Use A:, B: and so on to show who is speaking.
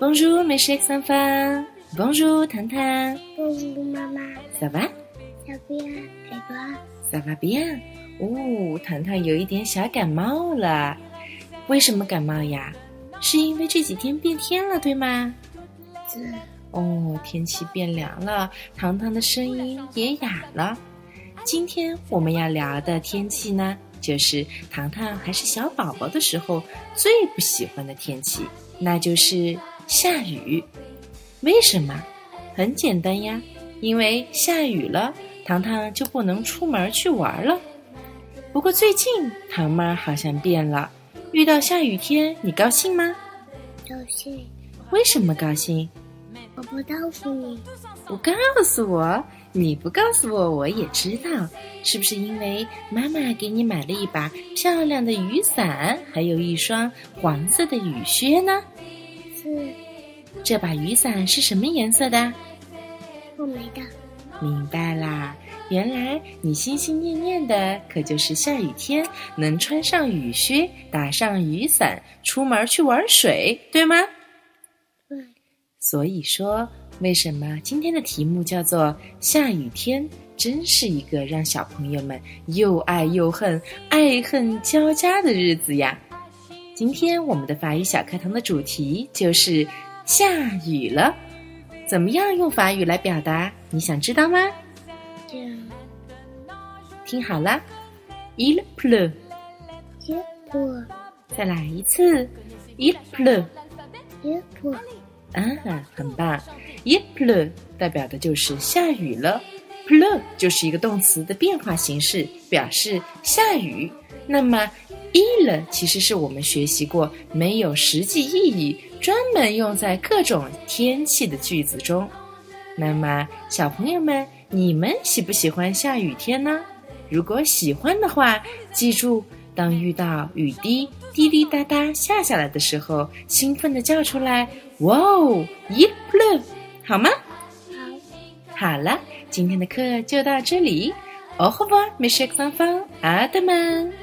A: Bonjour mes chers enfants. Bonjour 糖糖。
B: Bonjour maman,
A: Ça va?
B: ça va et toi?
A: Ça va bien? 哦，糖糖有一点小感冒了。为什么感冒呀？是因为这几天变天了，对吗？
B: 子
A: 哦，天气变凉了，糖糖的声音也哑了。今天我们要聊的天气呢，就是糖糖还是小宝宝的时候最不喜欢的天气，那就是下雨。为什么？很简单呀，因为下雨了，糖糖就不能出门去玩了。不过最近糖妈好像变了，遇到下雨天，你高兴吗？
B: 高兴，
A: 为什么高兴？
B: 我不告诉你，
A: 不告诉我，你不告诉我，我也知道，是不是因为妈妈给你买了一把漂亮的雨伞，还有一双黄色的雨靴呢？
B: 是
A: 这把雨伞是什么颜色的？
B: 我没的，
A: 明白啦，原来你心心念念的可就是下雨天能穿上雨靴，打上雨伞，出门去玩水，对吗？
B: 对，
A: 所以说，为什么今天的题目叫做“下雨天”，真是一个让小朋友们又爱又恨、爱恨交加的日子呀！今天我们的法语小课堂的主题就是下雨了，怎么样用法语来表达？你想知道吗？
B: 这样
A: 听好了，il pleut，
B: 结果
A: 再来一次，il pleut。
B: 结果
A: 啊，很棒。Il pleut 代表的就是下雨了，pleut 就是一个动词的变化形式，表示下雨。那么 il 其实是我们学习过没有实际意义，专门用在各种天气的句子中。那么小朋友们，你们喜不喜欢下雨天呢？如果喜欢的话，记住，当遇到雨滴滴滴答答下下来的时候，兴奋地叫出来“哇哦，it blue”，好吗？
B: 好，
A: 好了，今天的课就到这里。Au revoir, mes chers enfants. À demain.